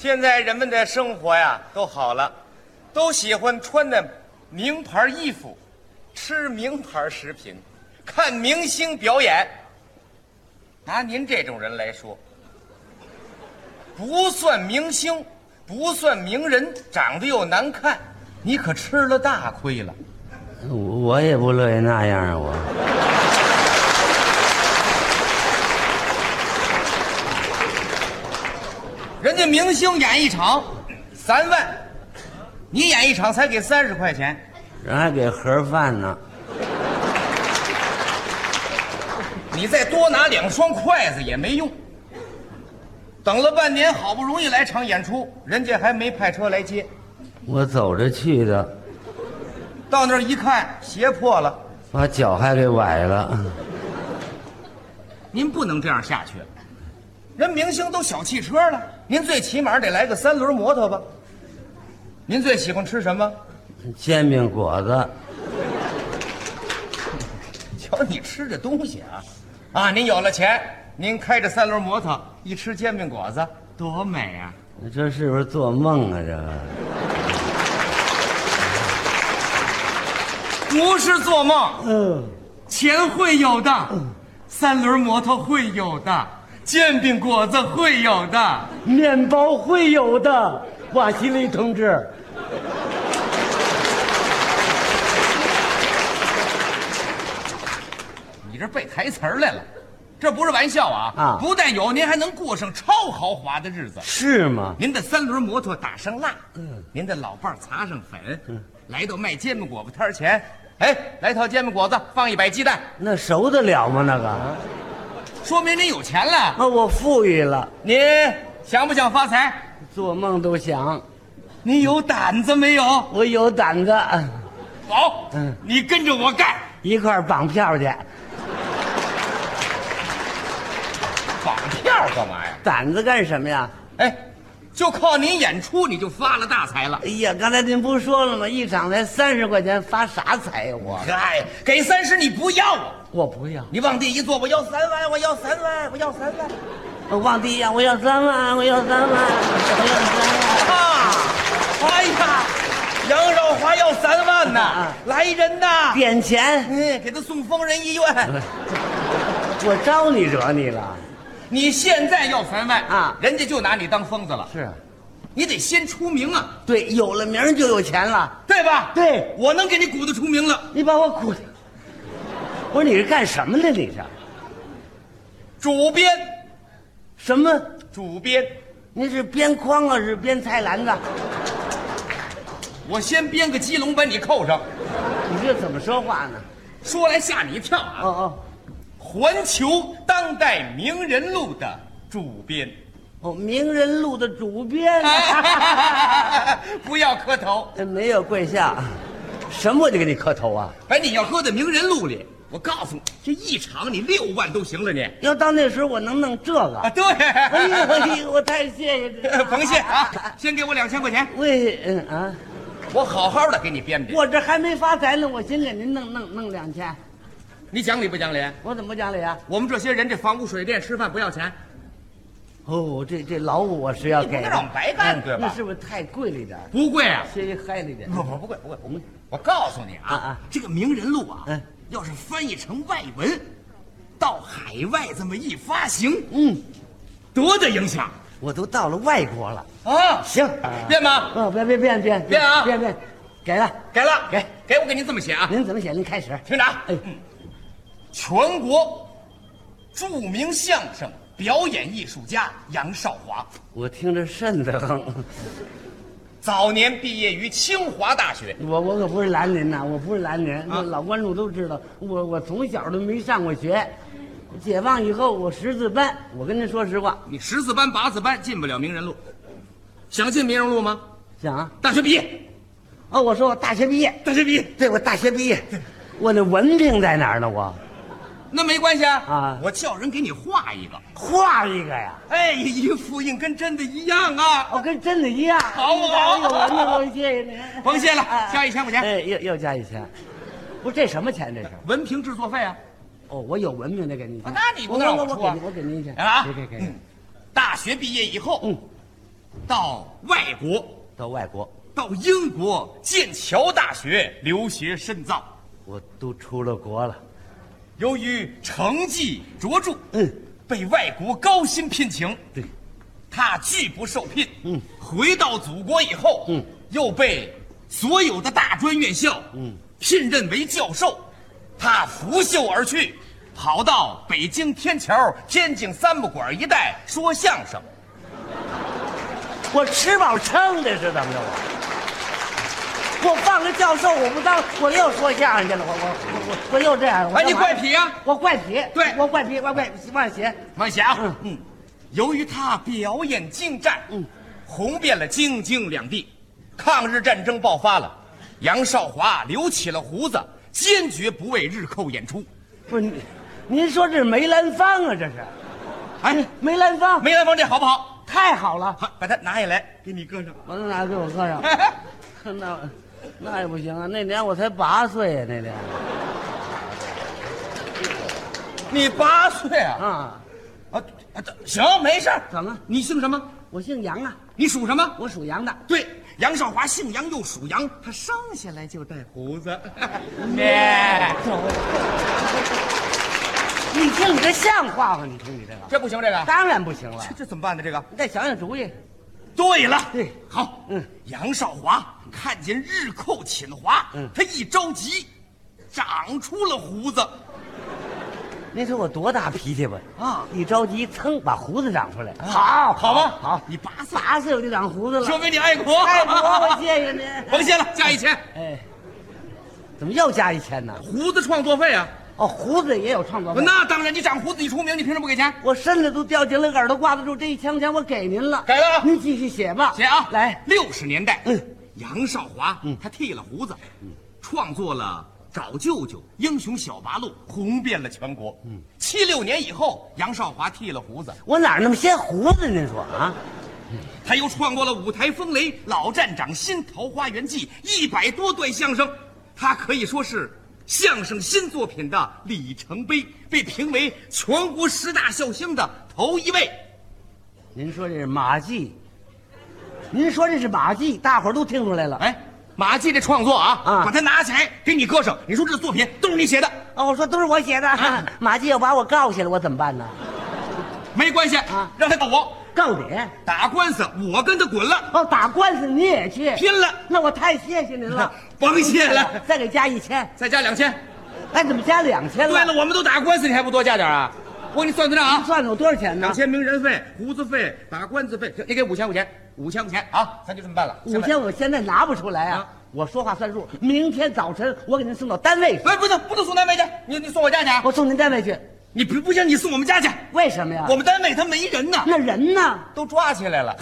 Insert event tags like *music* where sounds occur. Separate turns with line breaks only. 现在人们的生活呀都好了，都喜欢穿的名牌衣服，吃名牌食品，看明星表演。拿您这种人来说，不算明星，不算名人，长得又难看，你可吃了大亏了。
我我也不乐意那样啊，我
人家明星演一场三万，你演一场才给三十块钱，
人还给盒饭呢。
你再多拿两双筷子也没用。等了半年，好不容易来场演出，人家还没派车来接。
我走着去的，
到那儿一看，鞋破了，
把脚还给崴了。
您不能这样下去。人明星都小汽车了，您最起码得来个三轮摩托吧。您最喜欢吃什么？
煎饼果子，
瞧你吃这东西啊，啊，您有了钱，您开着三轮摩托，一吃煎饼果子，多美啊！
这是不是做梦啊？这个
不是做梦，
嗯
钱会有的，三轮摩托会有的，煎饼果子会有的。
面包会有的，瓦西里同志。
你这背台词儿来了，这不是玩笑啊！
啊
不但有，您还能过上超豪华的日子。
是吗？
您的三轮摩托打上蜡，
嗯
您的老伴儿擦上粉，来到卖煎饼果子摊儿前，哎，来套煎饼果子，放一百鸡蛋，
那熟得了吗？那个啊，
说明您有钱了。
我富裕了，
您想不想发财？
做梦都想。
您有胆子没有？
我有胆子，
走，
嗯
你跟着我干，
一块儿绑票去。
绑票干嘛呀？
胆子干什么呀？
哎，就靠您演出，你就发了大财了。
哎呀，刚才您不说了吗？一场才三十块钱，发啥财呀？我
嗨，给三十你不要啊？
我不要，
你往地一坐，我要三万，我要三万，我要三万
我往地呀！我要三万，我要三万，我要三万。
啊！哎呀，杨少华要三万呐
啊！
来人呐！
点钱，
嗯，给他送疯人医院。
我招你惹你了？
你现在要三万
啊
人家就拿你当疯子了。
是，
你得先出名啊，
对，有了名儿就有钱了。
对吧？
对
我能给你鼓捣出名了。
你把我鼓，我说你是干什么的？你是
主编，
什么？
主编，
您是编筐啊，是编菜篮子？
我先编个鸡笼把你扣上，
你这怎么说话呢？
说来吓你一跳啊！
哦哦
环球当代名人录的主编。
哦，名人录的主编，
*laughs* 不要磕头，
没有跪下，什么我就给你磕头啊！
哎，你要搁在名人录里，我告诉你，这一场你六万都行了你，
要到那时候我能弄这个，
啊，对，
哎呦哎呦，我太谢谢
*laughs*
你了，
甭谢啊，先给我两千块钱，
喂，嗯啊，
我好好的给你编编。
我这还没发财呢，我先给您弄弄弄两千，
你讲理不讲理？
我怎么不讲理啊？
我们这些人这房屋水电吃饭不要钱，
哦，这这劳务我是要
你
给
不
的，
能让我白干
嗯
对吧
那是不是太贵了一点儿？
不贵啊？
稍微嗨了一点儿。
不不不贵不贵，我们我告诉你
啊
啊
啊，
这个名人录啊
嗯，
要是翻译成外文，到海外这么一发行，
嗯，
多大影响
我都到了外国了，
啊！
行，
变吧，
哦，别别别别
别啊
别别，给了，
给了，
给
给我给您这么写啊，
您怎么写？您开始。
厅长，
哎
全国著名相声表演艺术家杨少华，
我听着瘆得慌，
早年毕业于清华大学，
我我可不是拦您呐、我不是拦您，那老观众都知道，我我从小都没上过学，解放以后我识字班，我跟您说实话，
你十四班八字班进不了名人录，想进名人录吗？
想啊，
大学毕业，
哦，我说我大学毕业，
大学毕业，
对我大学毕业，我那文凭在哪儿呢？我
那没关系啊，
啊
我叫人给你画一个，
画一个呀，
哎，一复印跟真的一样啊，
我、跟真的一样，
好不好
有文凭，我谢谢您，
甭谢了
哎
加一千块钱
哎，又又加一千，不是这什么钱这是？
文凭制作费啊，
哦，我有文凭得给您一
啊，
千
那你不能让
我
我
我
出啊
我给您我给您一千
啊
给给给，
大学毕业以后，
嗯
到外国，
到外国，
到英国剑桥大学留学深造。
我都出了国了。
由于成绩卓著，嗯，被外国高薪聘请，
对，
他拒不受聘。嗯，回到祖国以后，嗯，又被所有的大专院校，嗯，聘任为教授，他拂袖而去，跑到北京天桥、天津三不管一带说相声。
我吃饱撑的是怎么着？啊我我放了教授，我不当，我又说相声去了，我我我我又这样。我
哎，你
干嘛
怪癖啊，
我怪癖，
对
我怪癖，我怪忘写。
王霞
嗯，
嗯，由于他表演精湛，嗯，红遍了京津两地。抗日战争爆发了，杨少华留起了胡子，坚决不为日寇演出。
不是，您您说这是梅兰芳啊？这是
哎，
梅兰芳，
梅兰芳这好不好？
太好了！
好，把它拿下来，给你搁上。哎
我能拿给我哥呀？ *laughs* 那那也不行啊！那年我才八岁啊呀、那年
你八岁啊？
啊，
啊，啊行，没事儿
怎么了
你姓什么？
我姓杨啊，
你属什么？
我属羊的。
对，杨少华姓杨又属羊，他生下来就带胡 *laughs* 子。哎
你听你这像话吗？你听你这个，
这不行，这个
当然不行了
这。这怎么办呢？这个。
你再想想主意。
对了，
对
好，
嗯，
杨少华看见日寇侵华，
嗯
他一着急，长出了胡子，
您说我多大脾气吧？
啊
一着急，噌把胡子长出来。好，
好吗？
好，
你八岁，
八岁我就长胡子了。
说明你爱国，
哎，我我谢谢您。
*laughs* 甭谢了，加一千，
哎，怎么又加一千呢？
胡子创作费啊，
哦，胡子也有创作费。
那当然，你长胡子你出名，你凭什么不给钱？
我身子都掉进了，耳朵挂得住，这一千块钱我给您了。
给了啊
您继续写吧。
写啊，
来，
六十年代，
嗯
杨少华，他剃了胡子，创作了。找舅舅，英雄小八路红遍了全国。嗯，七六年以后，杨少华剃了胡子，
我哪儿那么些胡子？您说啊？
他又创作了《舞台风雷》《老站长新桃花源记》一百多段相声，他可以说是相声新作品的里程碑，被评为全国十大笑星的头一位。
您说这是马季，您说这是马季，大伙儿都听出来了。
哎，马季这创作啊，
啊
把它拿起来给你搁上，你说这作品都是你写的，
哦，我说都是我写的，
啊
*laughs* 马季要把我告下来，我怎么办呢？
没关系
啊
让他告我
告你？
打官司，我跟他滚了，
哦，打官司你也去？
拼了，
那我太谢谢
*laughs*
您了，
甭谢了，
再给加一千。
再加两千。
哎，怎么加两千
对
了？
了，我们都打官司，你还不多加点儿啊？我给你算算账啊。
算算我多少钱呢
两？千名人费、胡子费、打官司费，行你给五千块钱，五千块钱啊，咱就这么办了。
五
行吧，
千，我现在拿不出来啊
啊！
我说话算数，明天早晨我给您送到单位去，
哎，不能不能送单位去，你你送我家去啊，
我啊送您单位去。
你不不行，你送我们家去，
为什么呀？嗯
我们单位他没人呢，
那人呢？ *laughs*
都抓起来了。